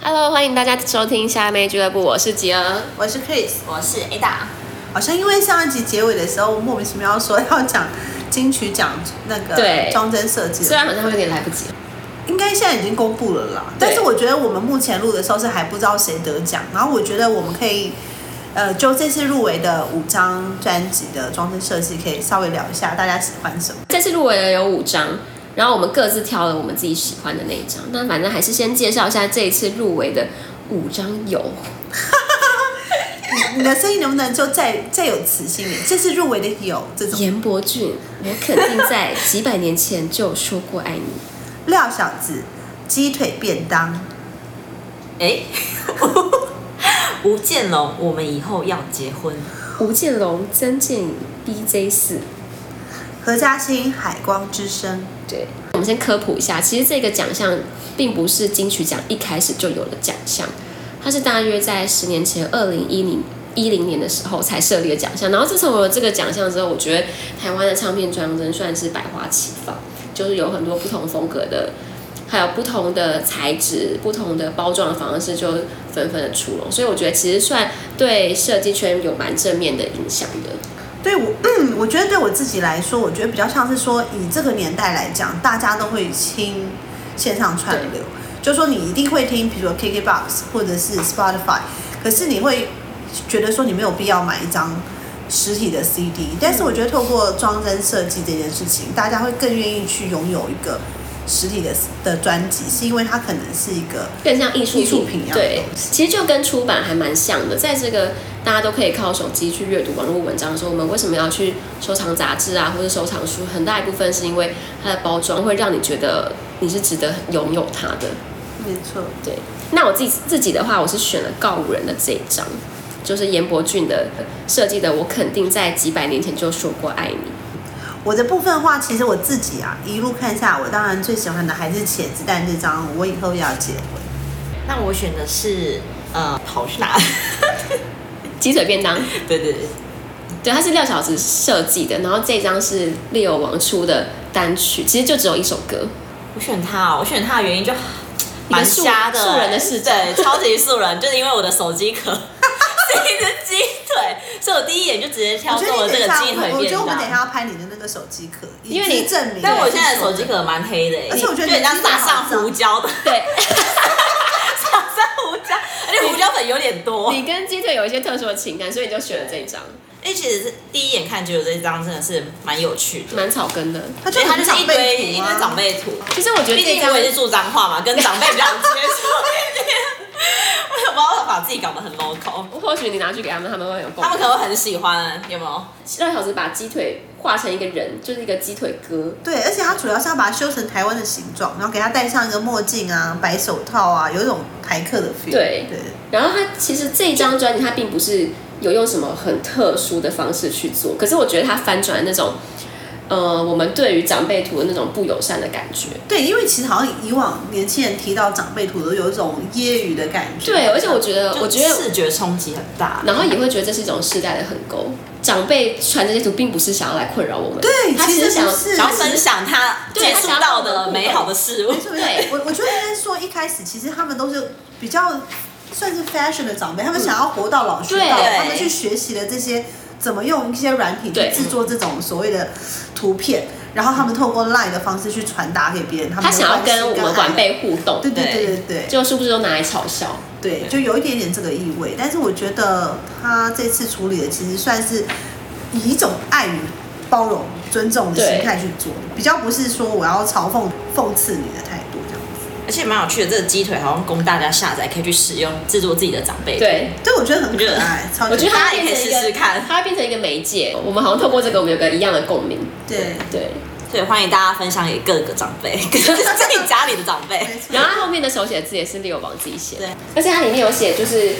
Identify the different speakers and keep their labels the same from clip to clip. Speaker 1: Hello，欢迎大家收听虾妹俱乐部，我是吉儿。
Speaker 2: 我是 Chris，
Speaker 3: 我是 Ada，
Speaker 2: 好像因为上一集结尾的时候莫名其妙说要讲金曲奖那
Speaker 1: 对
Speaker 2: 个装帧设计
Speaker 1: 虽，然好像有点来不及，
Speaker 2: 应该现在已经公布了啦。
Speaker 1: 对
Speaker 2: 但是我觉得我们目前录的时候是还不知道谁得奖，然后我觉得我们可以。呃，就这次入围的五张专辑的装帧设计，可以稍微聊一下大家喜欢什么。
Speaker 1: 这次入围的有五张，然后我们各自挑了我们自己喜欢的那一张。那反正还是先介绍一下这一次入围的五张有，
Speaker 2: 你的声音能不能就再再有磁性一点？这次入围的有这种
Speaker 1: 严伯俊，我肯定在几百年前就说过爱你。
Speaker 2: 廖小子、鸡腿便当、
Speaker 3: 哎， 吴建龙，我们以后要结婚。
Speaker 1: 吴建龙、曾建宇、BJ 四，
Speaker 2: 何嘉欣、海光之声。
Speaker 1: 对，我们先科普一下，其实这个奖项并不是金曲奖一开始就有的奖项，它是大约在十年前，二零一零一零年的时候才设立的奖项。然后自从有了这个奖项之后，我觉得台湾的唱片专真算是百花齐放，就是有很多不同风格的。还有不同的材质、不同的包装方式，就纷纷的出笼，所以我觉得其实算对设计圈有蛮正面的影响的。
Speaker 2: 对我，嗯，我觉得对我自己来说，我觉得比较像是说，以这个年代来讲，大家都会听线上串流，就说你一定会听，比如说 KKBox 或者是 Spotify，可是你会觉得说你没有必要买一张实体的 CD，但是我觉得透过装帧设计这件事情，大家会更愿意去拥有一个实体的的专辑，是因为它可能是一个
Speaker 1: 更像艺术
Speaker 2: 艺术品一样的
Speaker 1: 对
Speaker 2: 东，西
Speaker 1: 其实就跟出版还蛮像的，在这个大家都可以靠手机去阅读网络文章的时候，我们为什么要去收藏杂志啊，或者收藏书？很大一部分是因为它的包装会让你觉得你是值得拥有它的。
Speaker 2: 没错，
Speaker 1: 对，那我自己自己的话，我是选了告五人的这一张，就是严伯俊的设计的，我肯定在几百年前就说过爱你。
Speaker 2: 我的部分的话，其实我自己啊一路看下来，我当然最喜欢的还是茄子蛋这张，我以后要结婚。
Speaker 3: 那我选的是呃，跑去哪？
Speaker 1: 鸡腿便当，
Speaker 3: 对对对，
Speaker 1: 对，它是廖小子设计的，然后这张是利友王出的单曲，其实就只有一首歌。
Speaker 3: 我选他、哦，我选他的原因就
Speaker 1: 一个
Speaker 3: 蛮
Speaker 1: 素
Speaker 3: 瞎的、
Speaker 1: 素人的视角
Speaker 3: 对，超级素人，就是因为我的手机壳 是一只鸡腿，所以我第一眼就直接
Speaker 2: 我
Speaker 3: 挑
Speaker 2: 觉
Speaker 3: 中
Speaker 2: 得你
Speaker 3: 了这
Speaker 2: 等一
Speaker 3: 个
Speaker 2: 下，
Speaker 3: 鸡腿
Speaker 2: 我我觉
Speaker 3: 便
Speaker 2: 得我们等一下要
Speaker 3: 当。
Speaker 2: 拍你的那个手机壳，以
Speaker 1: 因为你
Speaker 2: 资证明。
Speaker 3: 但我现在的手机壳蛮黑的、
Speaker 2: 而且我觉得
Speaker 3: 就很像
Speaker 2: 你的鸡腿
Speaker 3: 撒
Speaker 2: 好
Speaker 3: 上
Speaker 2: 脏
Speaker 3: 胡椒的，
Speaker 1: 对，
Speaker 3: 撒上胡椒，而且胡椒粉有点多。
Speaker 1: 你跟鸡腿有一些特殊的情感，所以你就选了这一张，
Speaker 3: 因为其实是第一眼看觉得这一张真的是蛮有趣的，
Speaker 1: 蛮草根的。
Speaker 2: 它就
Speaker 3: 因为它
Speaker 2: 很
Speaker 3: 就是一
Speaker 2: 长辈
Speaker 3: 堆一堆
Speaker 2: 图啊
Speaker 3: 长辈图。
Speaker 1: 其实我觉得
Speaker 3: 毕
Speaker 1: 这
Speaker 3: 竟我
Speaker 1: 张
Speaker 3: 也是住彰化嘛，跟长辈比较好接触一 点。为什么要把自己搞得很 local？
Speaker 1: 或许你拿去给他们，他们会有共
Speaker 3: 他们
Speaker 1: 鸣。
Speaker 3: 可能会很喜欢，有没有？
Speaker 1: 廖小子把鸡腿画成一个人，就是一个鸡腿哥。
Speaker 2: 对，而且它主要是要把它修成台湾的形状，然后给它戴上一个墨镜啊、白手套啊，有一种台客的 feel。
Speaker 1: 对
Speaker 2: 对，
Speaker 1: 然后他其实这张专辑它并不是有用什么很特殊的方式去做，可是我觉得它翻转了那种，呃，我们对于长辈图的那种不友善的感觉。
Speaker 2: 对，因为其实好像以往年轻人提到长辈图都有一种揶揄的感觉。
Speaker 1: 对，而且我觉得，我觉得
Speaker 3: 就视觉冲击很大。
Speaker 1: 然后也会觉得这是一种世代的横沟。长辈传这些图，并不是想要来困扰我们，
Speaker 2: 对
Speaker 1: 他其
Speaker 2: 其
Speaker 1: 实
Speaker 2: 实
Speaker 1: 想
Speaker 2: 不是
Speaker 3: 想要分享他
Speaker 1: 对
Speaker 3: 接
Speaker 1: 他
Speaker 3: 触
Speaker 1: 想要
Speaker 3: 到
Speaker 1: 跟我们
Speaker 3: 的
Speaker 1: 互动
Speaker 3: 美好的事 物
Speaker 2: 没。错，没
Speaker 1: 对
Speaker 2: 错我我觉得应该说一开始其实他们都是比较算是 fashion 的长
Speaker 1: 嗯
Speaker 2: 辈，他们想要活到老学到老，
Speaker 3: 对
Speaker 2: 他们去学习了这些怎么用一些软体
Speaker 1: 对
Speaker 2: 去制作这种所谓的图片，然后他们透过 line 的方式去传达给别人，他
Speaker 1: 他
Speaker 2: 们的
Speaker 1: 想要
Speaker 2: 关心
Speaker 1: 跟我们晚，辈互动，
Speaker 2: 对对对对对
Speaker 1: 就是不是都拿来嘲笑？
Speaker 2: 对，就有一点点这个意味，但是我觉得他这次处理的其实算是以一种爱与包容、尊重的心态去做，比较不是说我要嘲讽、讽刺你的态度这样。
Speaker 3: 而且蛮有趣的，这个鸡腿好像供大家下载，可以去使用制作自己的长辈。，
Speaker 1: 对，
Speaker 2: 对，我觉得很
Speaker 3: 我觉
Speaker 2: 可
Speaker 3: 得
Speaker 2: 爱，超级
Speaker 1: 我觉得
Speaker 2: 可爱
Speaker 1: 它
Speaker 3: 大家
Speaker 1: 会
Speaker 3: 也
Speaker 1: 变
Speaker 3: 可
Speaker 1: 成
Speaker 3: 以
Speaker 1: 一
Speaker 3: 试
Speaker 1: 个，
Speaker 3: 试看。
Speaker 1: 它会变成一个媒介。我们好像透过这个，我们有个一样的共鸣。
Speaker 2: 对，
Speaker 1: 对，
Speaker 3: 所以欢迎大家分享给各个长辈， 跟自己家里的长辈。
Speaker 2: 没错
Speaker 1: 然后它后面的手写字也是六王自己写的
Speaker 3: 对，
Speaker 1: 而且它里面有写就是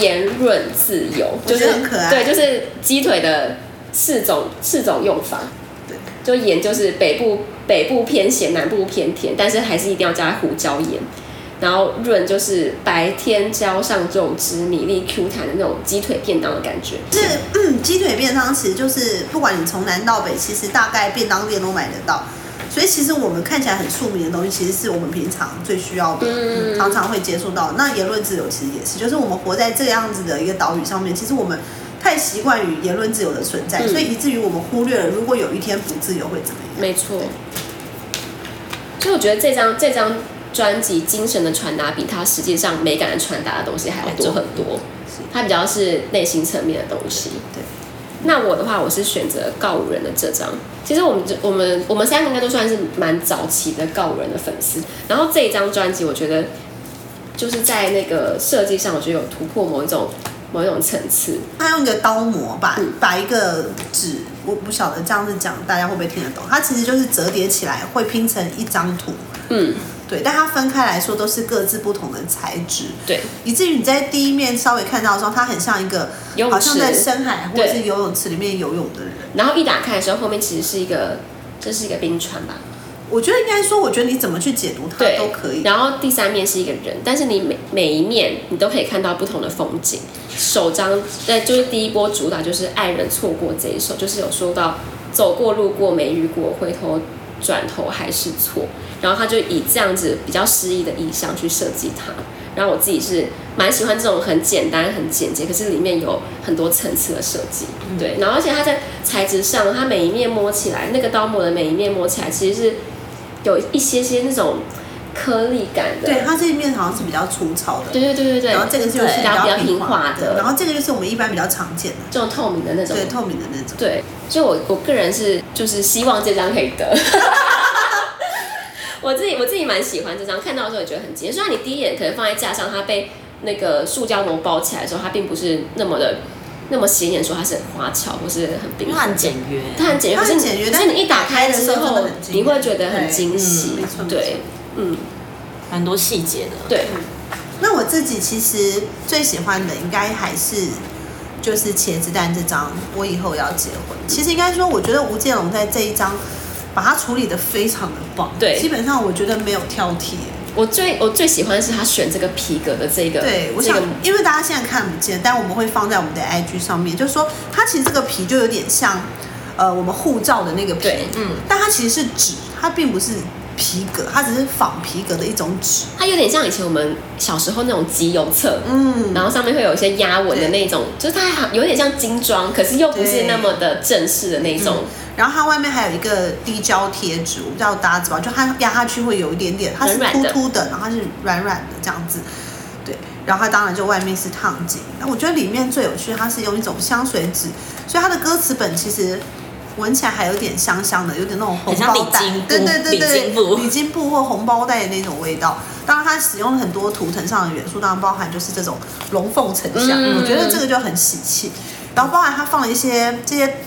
Speaker 1: 言论自由，
Speaker 2: 我
Speaker 1: 就
Speaker 2: 觉
Speaker 1: 是
Speaker 2: 得很可爱
Speaker 1: 对，就是鸡腿的四种四种用法。
Speaker 2: 对，
Speaker 1: 就盐就是北部北部偏咸，南部偏甜，但是还是一定要加胡椒盐。然后润就是白天浇上这种汁，米粒 Q 弹的那种鸡腿便当的感觉。
Speaker 2: 是嗯，鸡腿便当其实就是不管你从南到北，其实大概便当店都买得到。所以其实我们看起来很庶民的东西，其实是我们平常最需要的，
Speaker 1: 嗯
Speaker 2: 常常会接触到。那言论自由其实也是，就是我们活在这样子的一个岛屿上面，其实我们太习惯于言论自由的存在，
Speaker 1: 嗯
Speaker 2: 所以以至于我们忽略了如果有一天不自由会怎么样。
Speaker 1: 没错。所以我觉得这张这张专辑精神的传达比它实际上美感的传达的东西还要多很多
Speaker 2: 是，
Speaker 1: 它比较是内心层面的东西。
Speaker 2: 对。
Speaker 1: 那我的话，我是选择告五人的这张。其实我们这我们我们三个应该都算是蛮早期的告五人的粉丝。然后这一张专辑，我觉得就是在那个设计上，我觉得有突破某一种某一种层次。
Speaker 2: 他用一个刀模把
Speaker 1: 嗯
Speaker 2: 把一个纸，我不晓得这样子讲大家会不会听得懂。它其实就是折叠起来会拼成一张图，
Speaker 1: 嗯，
Speaker 2: 对，但它分开来说都是各自不同的材质，
Speaker 1: 对，
Speaker 2: 以至于你在第一面稍微看到的时候，它很像一个
Speaker 1: 游
Speaker 2: 好
Speaker 1: 泳
Speaker 2: 像在
Speaker 1: 池。
Speaker 2: 深海或者是
Speaker 1: 对
Speaker 2: 游泳池里面游泳的人。
Speaker 1: 然后一打开的时候，后面其实是一个这是一个冰川吧。
Speaker 2: 我觉得应该说，我觉得你怎么去解读它
Speaker 1: 对，
Speaker 2: 都可以。
Speaker 1: 然后第三面是一个人，但是你每每一面你都可以看到不同的风景。首张呃就是第一波主打就是《爱人错过》这一首，就是有说到走过路过没遇过，回头转头还是错。然后他就以这样子比较诗意的意象去设计它。然后我自己是蛮喜欢这种很简单、很简洁，可是里面有很多层次的设计。
Speaker 2: 嗯
Speaker 1: 对，然后而且它在材质上，它每一面摸起来，那个刀模的每一面摸起来，其实是有一些些那种颗粒感的。
Speaker 2: 对，它这一面好像是比较粗糙的，
Speaker 1: 对对对对对
Speaker 2: 然后这个就是
Speaker 1: 对
Speaker 2: 比
Speaker 1: 比较
Speaker 2: 较
Speaker 1: 平
Speaker 2: 平滑
Speaker 1: 滑的，
Speaker 2: 然后这个就是我们一般比较常见的，
Speaker 1: 这种透明的那种。
Speaker 2: 对，透明的那种。
Speaker 1: 对，所以我我个人是就是希望这张可以得。 我自己我自己蛮喜欢这张，看到的时候也觉得很惊艳。虽然你第一眼可能放在架上，它被那个塑胶膜包起来的时候，它并不是那么的那么显眼，说它是很花俏或是很缤
Speaker 3: 因为
Speaker 1: 纷。
Speaker 3: 很简约，
Speaker 1: 它很简约，
Speaker 2: 它
Speaker 1: 可
Speaker 2: 很
Speaker 1: 是
Speaker 2: 简约
Speaker 1: 你可
Speaker 2: 但
Speaker 1: 是你一打开
Speaker 2: 打开的时
Speaker 1: 之
Speaker 2: 候真的
Speaker 1: 后
Speaker 2: 很，惊
Speaker 1: 你会觉得
Speaker 2: 对
Speaker 1: 很惊喜
Speaker 2: 嗯没错。没
Speaker 1: 对
Speaker 2: 错，
Speaker 1: 嗯，
Speaker 3: 蛮多细节的。
Speaker 1: 对，
Speaker 2: 那我自己其实最喜欢的应该还是就是茄子蛋这张，我以后要结婚。其实应该说，我觉得吴建龙在这一张把它处理的非常的棒，
Speaker 1: 对
Speaker 2: 基本上我觉得没有挑剔。
Speaker 1: 我最我最喜欢的是他选这个皮革的这个，
Speaker 2: 对，我
Speaker 1: 这
Speaker 2: 想
Speaker 1: 个，
Speaker 2: 因为大家现在看不见，但我们会放在我们的 IG 上面，就是说它其实这个皮就有点像呃我们护照的那个皮，
Speaker 1: 对，
Speaker 3: 嗯，
Speaker 2: 但它其实是纸，它并不是皮革，它只是仿皮革的一种纸。
Speaker 1: 它有点像以前我们小时候那种集邮册，
Speaker 2: 嗯，
Speaker 1: 然后上面会有一些压纹的那种，就是它好有点像精装，可是又不是那么的正式的那种。
Speaker 2: 然后它外面还有一个滴胶贴纸，我不知道大家知不知道，就它压下去会有一点点，它是
Speaker 1: 软
Speaker 2: 凸
Speaker 1: 软的
Speaker 2: 凸的，然后它是软软的这样子。对，然后它当然就外面是烫金。那我觉得里面最有趣，它是用一种香水纸，所以它的歌词本其实闻起来还有点香香的，有点那种红
Speaker 3: 很像
Speaker 2: 包袋
Speaker 3: 礼金，布
Speaker 2: 对对对
Speaker 3: 礼金布
Speaker 2: 对，礼金布或红包袋的那种味道。当然，它使用了很多图腾上的元素，当然包含就是这种龙凤呈祥，
Speaker 1: 嗯
Speaker 2: 我觉得这个就很喜气。然后包含它放了一些这些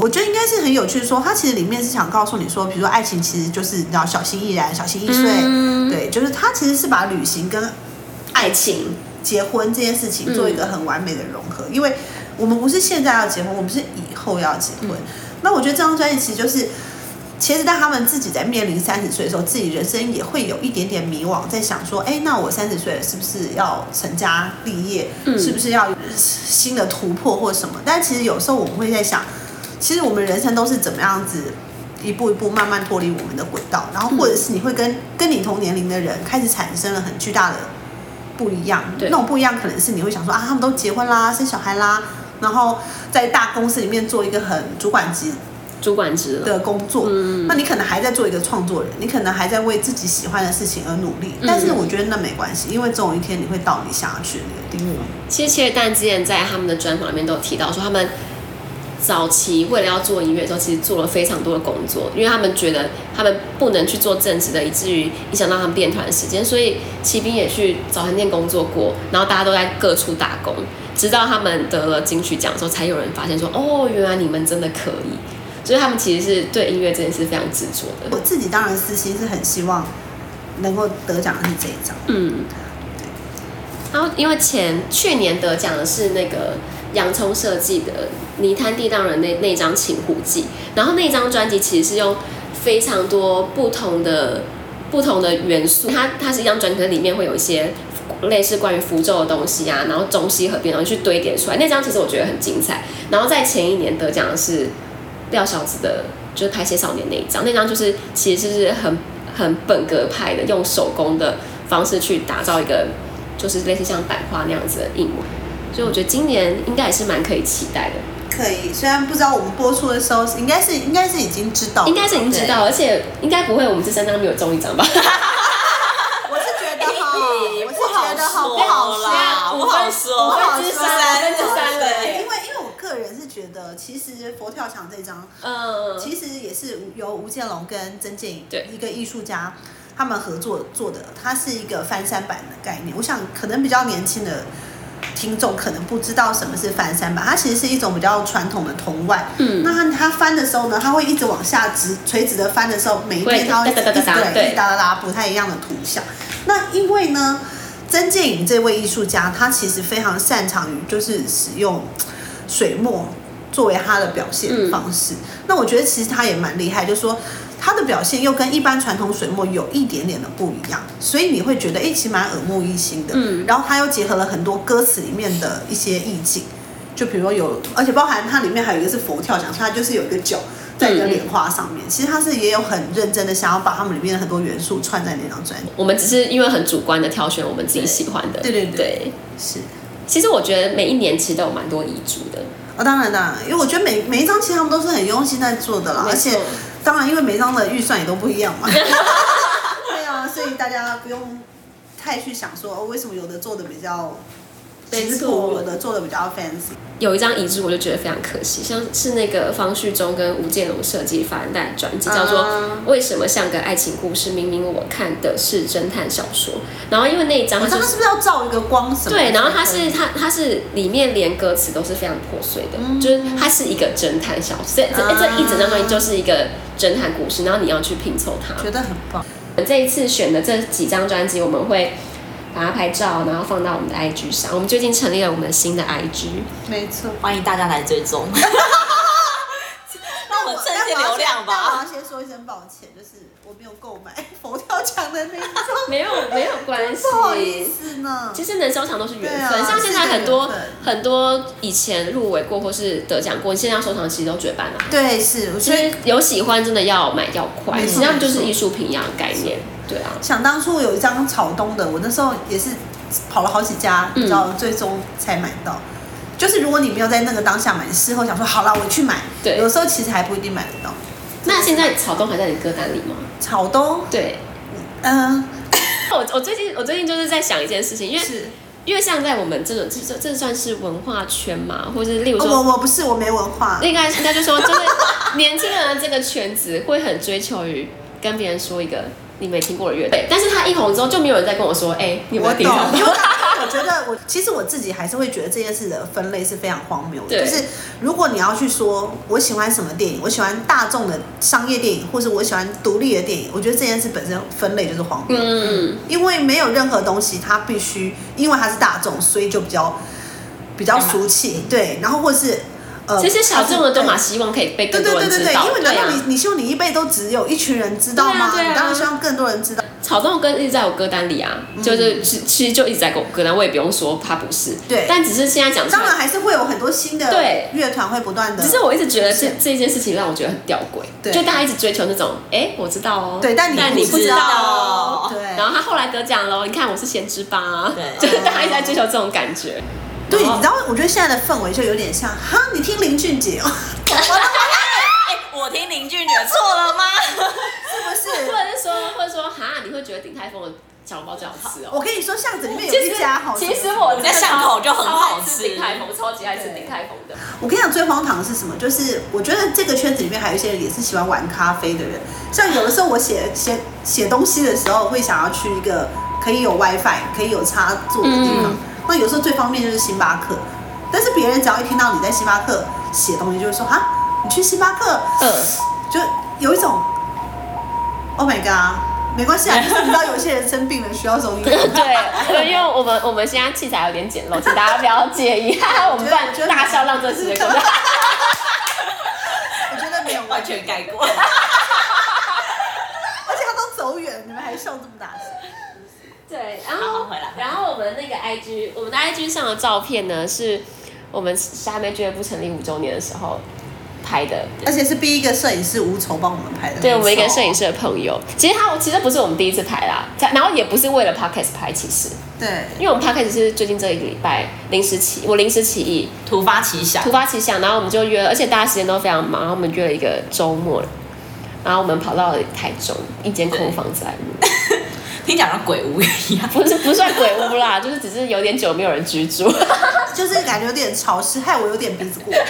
Speaker 2: 我觉得应该是很有趣说它其实里面是想告诉你说，比如说爱情其实就是你知道小心翼然、小心翼碎，
Speaker 1: 嗯
Speaker 2: 对，就是它其实是把旅行跟
Speaker 1: 爱情，
Speaker 2: 结婚这件事情
Speaker 1: 嗯
Speaker 2: 做一个很完美的融合，因为我们不是现在要结婚，我们是以后要结
Speaker 1: 嗯
Speaker 2: 婚。那我觉得这张专辑其实就是，其实当他们自己在面临三十岁的时候，自己人生也会有一点点迷惘，在想说，哎，那我三十岁了，是不是要成家立业？
Speaker 1: 嗯
Speaker 2: 是不是要有新的突破或什么？但其实有时候我们会在想，其实我们人生都是怎么样子。一步一步慢慢脱离我们的轨道，然后或者是你会跟
Speaker 1: 嗯
Speaker 2: 跟你同年龄的人开始产生了很巨大的不一样，
Speaker 1: 对
Speaker 2: 那种不一样可能是你会想说啊，他们都结婚啦，生小孩啦，然后在大公司里面做一个很主管级
Speaker 1: 主管职了。
Speaker 2: 的工作，
Speaker 1: 嗯
Speaker 2: 那你可能还在做一个创作人，你可能还在为自己喜欢的事情而努力，
Speaker 1: 嗯
Speaker 2: 但是我觉得那没关系，因为总有一天你会到你想要去的那个地方。
Speaker 1: 其实切尔蛋之前在他们的专访里面都有提到说，他们早期为了要做音乐的时候，其实做了非常多的工作，因为他们觉得他们不能去做正职的，以至于影响到他们练团的时间，所以骑兵也去早餐店工作过，然后大家都在各处打工，直到他们得了金曲奖之后，才有人发现说，哦，原来你们真的可以。所以他们其实是对音乐这件事非常执着的。
Speaker 2: 我自己当然私心是很希望能够得奖的是这一张，
Speaker 1: 嗯，然后因为前去年得奖的是那个洋葱设计的《泥滩地荡人那》那张《情湖记》，然后那张专辑其实是用非常多不同的不同的元素，它它是一张专辑，可能里面会有一些类似关于福州的东西啊，然后中西合并，然后去堆叠出来。那张其实我觉得很精彩。然后在前一年得奖的是廖小子的《就是拍《写少年》那一张，那张就是其实是很很本格派的，用手工的方式去打造一个就是类似像版画那样子的印模，所以我觉得今年应该也是蛮可以期待的。
Speaker 2: 可以，虽然不知道我们播出的时候，应该是应该是已经知道了，
Speaker 1: 应该是已经知道，而且应该不会我们这三张没有中一张吧？
Speaker 2: 我是觉得 哈，
Speaker 3: 哎
Speaker 2: 我是觉得好
Speaker 3: 不
Speaker 2: 不好
Speaker 3: 好
Speaker 1: 啊
Speaker 2: 说啊
Speaker 3: 说啦，
Speaker 2: 不
Speaker 3: 不
Speaker 2: 好
Speaker 3: 好
Speaker 2: 说，
Speaker 3: 说，
Speaker 2: 不好
Speaker 1: 之
Speaker 2: 说。
Speaker 1: 三分之三
Speaker 2: 对
Speaker 3: 对
Speaker 2: 因为因为我个人是觉得，其实佛跳墙这张
Speaker 1: 嗯，
Speaker 2: 其实也是由吴建龙跟曾建颖
Speaker 1: 对
Speaker 2: 一个艺术家他们合作做的，它是一个翻山版的概念。我想可能比较年轻的听众可能不知道什么是翻山版，它其实是一种比较传统的铜腕。
Speaker 1: 嗯
Speaker 2: 那它它翻的时候呢，它会一直往下直垂直的翻的时候，每一
Speaker 1: 会
Speaker 2: 遍它会一直
Speaker 1: 哒哒哒哒哒
Speaker 2: 对
Speaker 1: 对
Speaker 2: 一哒哒哒不太一样的图像。那因为呢，曾建颖这位艺术家，他其实非常擅长于就是使用水墨作为他的表现方式。那我觉得其实他也蛮厉害，就是说他的表现又跟一般传统水墨有一点点的不一样，所以你会觉得哎、诶其实蛮耳目一新的。
Speaker 1: 嗯
Speaker 2: 然后他又结合了很多歌词里面的一些意境，就比如说有，而且包含它里面还有一个是佛跳墙，所以它就是有一个脚在一个莲花上面。其实他是也有很认真的想要把他们里面的很多元素串在那张专辑。
Speaker 1: 我们只是因为很主观的挑选我们自己喜欢的。
Speaker 2: 对对对
Speaker 1: 对。
Speaker 2: 是。
Speaker 1: 其实我觉得每一年其实都有蛮多遗嘱的，
Speaker 2: 哦，当然当然，因为我觉得每每一张其实他们都是很用心在做的啦，
Speaker 1: 没
Speaker 2: 啊而
Speaker 1: 错
Speaker 2: 且当然因为每一张的预算也都不一样 嘛，对啊，所以大家不用太去想说哦，为什么有的做的比较
Speaker 1: 没
Speaker 2: 直
Speaker 1: 错
Speaker 2: 朴，有的做的比较 fancy，
Speaker 1: 有一张遗嘱我就觉得非常可惜，像是那个方旭中跟吴建龙设计发带专辑，叫做
Speaker 2: 啊
Speaker 1: 《为什么像个爱情故事》，明明我看的是侦探小说，然后因为那一张
Speaker 2: 我
Speaker 1: 它
Speaker 2: 知道
Speaker 1: 就
Speaker 2: 他
Speaker 1: 是
Speaker 2: 是不是要照一个光什么？
Speaker 1: 对，然后它是它它是里面连歌词都是非常破碎的，就是它是一个侦探小说，这这
Speaker 2: 嗯啊
Speaker 1: 这一整张专辑就是一个侦探故事，然后你要去拼凑它。
Speaker 2: 觉得很棒，
Speaker 1: 我们这一次选的这几张专辑，我们会把它拍照，然后放到我们的 IG 上。我们最近成立了我们新的 IG，
Speaker 2: 没 错。
Speaker 3: 欢迎大家来追踪。那我们蹭些流量
Speaker 2: 但我
Speaker 3: 吧。
Speaker 2: 要先说一声抱歉，就是我没有购买 佛跳墙的那一张，
Speaker 1: 没有没 有关系，
Speaker 2: 不好意思呢。
Speaker 1: 其实能收藏都是缘
Speaker 2: 对
Speaker 1: 分，
Speaker 2: 啊
Speaker 1: 像现在很
Speaker 2: 是
Speaker 1: 多
Speaker 2: 个缘
Speaker 1: 很多以前入围过或是得奖过，你现在要收藏其实都绝版了。
Speaker 2: 对，是，
Speaker 1: 其
Speaker 2: 所以嗯
Speaker 1: 实有喜欢真的要买要快，
Speaker 2: 没
Speaker 1: 实
Speaker 2: 错
Speaker 1: 际上就是艺术品一样的概念，对啊。
Speaker 2: 想当初有一张草东的，我那时候也是跑了好几家，
Speaker 1: 嗯
Speaker 2: 你知道，最终才买到。就是如果你没有在那个当下买，你事后想说好啦，我去买，
Speaker 1: 对
Speaker 2: 有时候其实还不一定买得到。
Speaker 1: 那现在草东还在你歌单里吗？
Speaker 2: 草东，
Speaker 1: 对，
Speaker 2: 嗯、
Speaker 1: 我我最近我最近就是在想一件事情，因为
Speaker 2: 是，
Speaker 1: 因为像在我们这种这这这算是文化圈嘛，或者是例如
Speaker 2: 哦
Speaker 1: 说
Speaker 2: 我我不是我没文化，
Speaker 1: 应该应该就说，就是年轻人的这个圈子会很追求于跟别人说一个你没听过的乐队，但是他一红之后就没有人再跟我说，哎、你有没
Speaker 2: 我
Speaker 1: 有
Speaker 2: 懂，
Speaker 1: 听
Speaker 2: 因为
Speaker 1: 到？
Speaker 2: 我觉得我其实我自己还是会觉得这件事的分类是非常荒谬的。
Speaker 1: 对
Speaker 2: 就是如果你要去说我喜欢什么电影，我喜欢大众的商业电影，或是我喜欢独立的电影，我觉得这件事本身分类就是荒谬，
Speaker 1: 嗯，
Speaker 2: 因为没有任何东西它必须因为它是大众，所以就比较比较俗气，对，然后或是呃，
Speaker 1: 这些小众的都
Speaker 2: 对
Speaker 1: 嘛，希望可以被
Speaker 2: 对
Speaker 1: 更
Speaker 2: 对
Speaker 1: 多
Speaker 2: 对
Speaker 1: 人
Speaker 2: 对
Speaker 1: 知
Speaker 2: 对，
Speaker 1: 道，
Speaker 2: 因为
Speaker 1: 对
Speaker 2: 难道
Speaker 1: 啊。
Speaker 2: 你你希望你一辈都只有一群人知道
Speaker 1: 对啊
Speaker 2: 吗？
Speaker 1: 对啊
Speaker 2: 你当然希望更多人知道。
Speaker 1: 草动跟一直在我歌单里啊，
Speaker 2: 嗯
Speaker 1: 就是其其实就一直在我歌单，我也不用说他不是，
Speaker 2: 对
Speaker 1: 但只是现在讲出
Speaker 2: 当然
Speaker 1: 来，
Speaker 2: 还是会有很多新的
Speaker 1: 对
Speaker 2: 乐团会不断的，
Speaker 1: 只是我一直觉得这
Speaker 2: 是
Speaker 1: 这件事情让我觉得很吊诡，
Speaker 2: 对
Speaker 1: 就大家一直追求那种，哎、我知道哦，
Speaker 2: 对，但你
Speaker 1: 但
Speaker 2: 你
Speaker 1: 你
Speaker 2: 不
Speaker 1: 不
Speaker 2: 知
Speaker 1: 知
Speaker 2: 道
Speaker 1: 道
Speaker 3: 哦
Speaker 2: 对，
Speaker 1: 然后他后来得奖喽，你看我是先知吧，
Speaker 3: 对
Speaker 1: 就是大家一直在追求这种感觉。
Speaker 2: 对，
Speaker 1: 然
Speaker 2: 你
Speaker 1: 后
Speaker 2: 知道，我觉得现在的氛围就有点像，哈，你听林俊杰哦，
Speaker 3: 哎，我听林俊杰错了 吗？
Speaker 2: 是不
Speaker 1: 或
Speaker 2: 是？
Speaker 1: 者是说，或者说，哈，你会觉得鼎泰丰的小笼包最好吃哦。
Speaker 2: 我跟你说，巷子里面有
Speaker 1: 其实
Speaker 2: 一家好吃
Speaker 1: 其实我真的
Speaker 3: 在巷口就很
Speaker 1: 超
Speaker 3: 好吃
Speaker 1: 爱吃鼎泰丰，超级爱吃鼎泰丰的。
Speaker 2: 我跟你讲，最荒唐的是什么？就是我觉得这个圈子里面还有一些人也是喜欢玩咖啡的人，像有的时候我写写写东西的时候，会想要去一个可以有 WiFi、可以有插座的地方。
Speaker 1: 嗯
Speaker 2: 那有时候最方便就是星巴克，但是别人只要一听到你在星巴克写东西，就会说哈，你去星巴克，
Speaker 1: 嗯，
Speaker 2: 就有一种，Oh my god，没关系啊，就是你知道有些人生病了需要中医。
Speaker 1: 对，因为我们我们现在器材有点简陋，请大家不要介意。 哈哈，我们不然大笑让这时的歌。
Speaker 2: 我觉得没有
Speaker 3: 完全改过。
Speaker 2: 而且他都走远，你们还笑这么大声。
Speaker 1: 对，然
Speaker 3: 好
Speaker 1: 后
Speaker 3: 回来
Speaker 1: 然后我们那个 IG，我们的 IG 上的照片呢，是我们沙妹俱乐部成立五周年的时候，拍的。
Speaker 2: 而且是第一个摄影师吴愁帮我们拍 的。
Speaker 1: 对我们一个
Speaker 2: 很丑
Speaker 1: 摄影师的朋友，其实他其实不是我们第一次拍啦，他然后也不是为了 podcast 拍，其实
Speaker 2: 对，
Speaker 1: 因为我们 podcast 是最近这一个礼拜临时起，我临时起意，
Speaker 3: 突发奇想
Speaker 1: 突，发奇想，然后我们就约了，而且大家时间都非常忙，然后我们约了一个周末，然后我们跑到了台中一间空房子来录，
Speaker 3: 听讲像鬼屋一样。
Speaker 1: 不是不算鬼屋啦，就是只是有点久没有人居住，
Speaker 2: 就是感觉有点潮湿，害我有点鼻子过敏。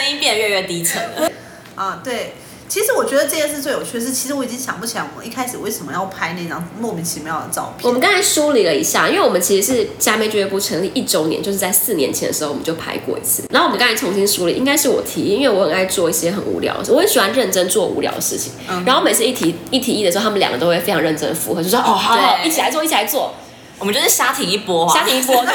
Speaker 3: 声音变得越来越低沉了。
Speaker 2: 啊，对。其实我觉得这件事最有趣的是，其实我已经想不起来我们一开始为什么要拍那张莫名其妙的照
Speaker 1: 我
Speaker 2: 片。
Speaker 1: 们刚才梳理了一下，因为我们其实是加妹俱乐部成立一周年，就是在四年前的时候我们就拍过一次。然后我们刚才重新梳理，应该是我提，因为我很爱做一些很无聊的事，我很喜欢认真做无聊的事情。然后每次一提一提议的时候，他们两个都会非常认真地附和，就说：“哦，好好好，
Speaker 3: 对
Speaker 1: 一起来做，一起来做。
Speaker 3: 我们就是瞎挺一波”啊，
Speaker 1: 家庭一波，对，就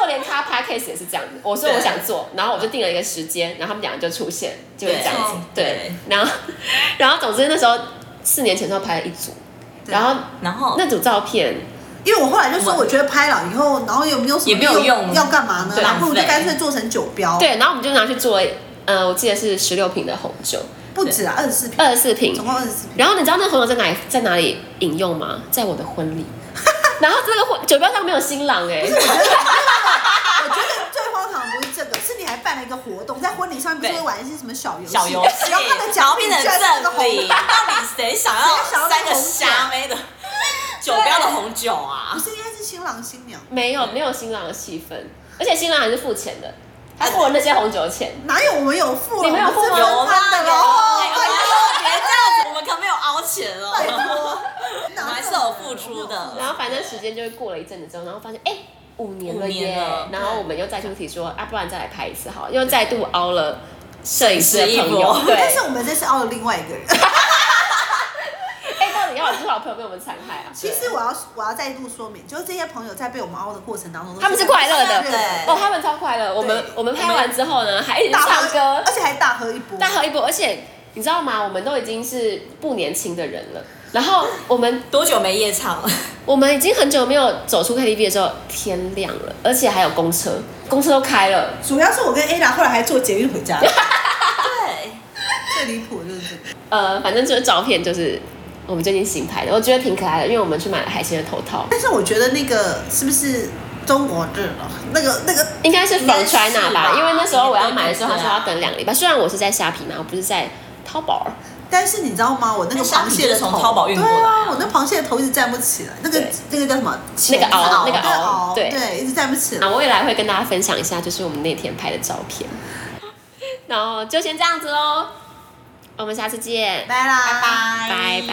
Speaker 1: 就连他 podcast 也是这样子。我说我想做，然后我就定了一个时间，然后他们两个就出现，就是这样子。
Speaker 3: 对
Speaker 1: 对，然后然后总之那时候四年前的时候拍了一组，
Speaker 2: 对
Speaker 1: 然后
Speaker 3: 然后
Speaker 1: 那组照片。
Speaker 2: 因为我后来就说，我觉得拍了以后，然后有没有什么
Speaker 3: 也没有用
Speaker 2: 要干嘛呢？
Speaker 3: 对
Speaker 2: 然后我就
Speaker 3: 浪费
Speaker 2: 干脆做成酒标，，
Speaker 1: 对，然后我们就拿去做，呃，我记得是十六瓶的红酒，
Speaker 2: 不止啊，二十四瓶，
Speaker 1: 二十四瓶
Speaker 2: 总。共二十四瓶。
Speaker 1: 然后你知道那个红酒在哪里在哪里饮用吗？在我的婚礼。 然后这个婚酒标上没有新郎哎、
Speaker 2: 我觉得最荒唐的不是这个，是你还办了一个活动，在婚礼上面不是
Speaker 3: 对
Speaker 2: 会玩一些什么小游戏？
Speaker 3: 小游戏，
Speaker 2: 然后他的
Speaker 3: 然
Speaker 2: 奖
Speaker 3: 后
Speaker 2: 品
Speaker 3: 变
Speaker 2: 居
Speaker 3: 成
Speaker 2: 然是那个
Speaker 3: 正
Speaker 2: 红
Speaker 3: 品，到底谁想要
Speaker 2: 谁想要那
Speaker 3: 三
Speaker 2: 个
Speaker 3: 个
Speaker 2: 红酒
Speaker 3: 瞎妹的酒标的红酒啊
Speaker 2: 不？是应该是新郎新娘？
Speaker 1: 没有没有新郎的气氛，而且新郎还是付钱的，他
Speaker 2: 哎
Speaker 1: 付了那些红酒的钱。
Speaker 2: 哪有我们有付了？
Speaker 1: 你们有付吗
Speaker 2: 我们是
Speaker 3: 有
Speaker 2: 分
Speaker 3: 啦哎
Speaker 2: 摊的
Speaker 3: 有
Speaker 2: 喽
Speaker 3: 啦，
Speaker 2: 拜
Speaker 3: 哎呦别这样子，我们可没有凹钱哦。
Speaker 2: 拜托，
Speaker 3: 我们还是有付出的
Speaker 1: 然后反正时间就过了一阵子之后，然后发现哎。五年了
Speaker 3: 五
Speaker 1: 耶
Speaker 3: 年了
Speaker 1: 然后我们又再出题说啊，不然再来拍一次好了，又再度凹了摄影师的
Speaker 3: 是一
Speaker 1: 朋友
Speaker 3: 波，
Speaker 1: 对，
Speaker 2: 但是我们这是凹了另外一个人。
Speaker 1: 哎、到底要有多少朋友被我们残害啊？
Speaker 2: 其实我要我要再度说明，就是这些朋友在被我们凹的过程当中，
Speaker 1: 他们是快乐的
Speaker 2: 对
Speaker 1: 哦，他们超快乐。我们我们拍完之后呢，还一直
Speaker 2: 大
Speaker 1: 唱
Speaker 2: 喝，
Speaker 1: 歌
Speaker 2: 而，且还大喝一波。
Speaker 1: 大喝一波。而且你知道吗？我们都已经是不年轻的人了。然后我们
Speaker 3: 多久没夜唱了？
Speaker 1: 我们已经很久没有走出 KTV 的时候，天亮了，而且还有公车，公车都开了。
Speaker 2: 主要是我跟 Ada 后来还坐捷 运回家，
Speaker 3: 对，
Speaker 2: 最离谱的就是这个。
Speaker 1: 呃，反正这个照片就是我们最近新拍的，我觉得挺可爱的，因为我们去买了海鲜的头套，
Speaker 2: 但是我觉得那个是不是中国制了？那个那个
Speaker 1: 应该是 from
Speaker 3: 应该是
Speaker 1: China 吧
Speaker 3: 吧，
Speaker 1: 因为那时候我要买的时候，他
Speaker 3: 应该是
Speaker 1: 说
Speaker 3: 啊
Speaker 1: 要等两个礼拜。虽然我是在虾皮买，我不是在淘宝。
Speaker 2: 但是你知道吗？我那个螃蟹的
Speaker 3: 那虾皮就是
Speaker 2: 头，
Speaker 3: 从淘宝运过
Speaker 2: 对
Speaker 3: 来啊
Speaker 2: 啊，我那螃蟹的头一直站不起来，那个
Speaker 1: 对
Speaker 2: 那个叫什么？
Speaker 1: 那个螯那个螯
Speaker 2: 螯
Speaker 1: 对
Speaker 2: 对，一直站不起来
Speaker 1: 那。我未来会跟大家分享一下，就是我们那天拍的照片。然后就先这样子喽，我们下次见，
Speaker 2: 拜啦，
Speaker 3: 拜拜
Speaker 1: 拜拜。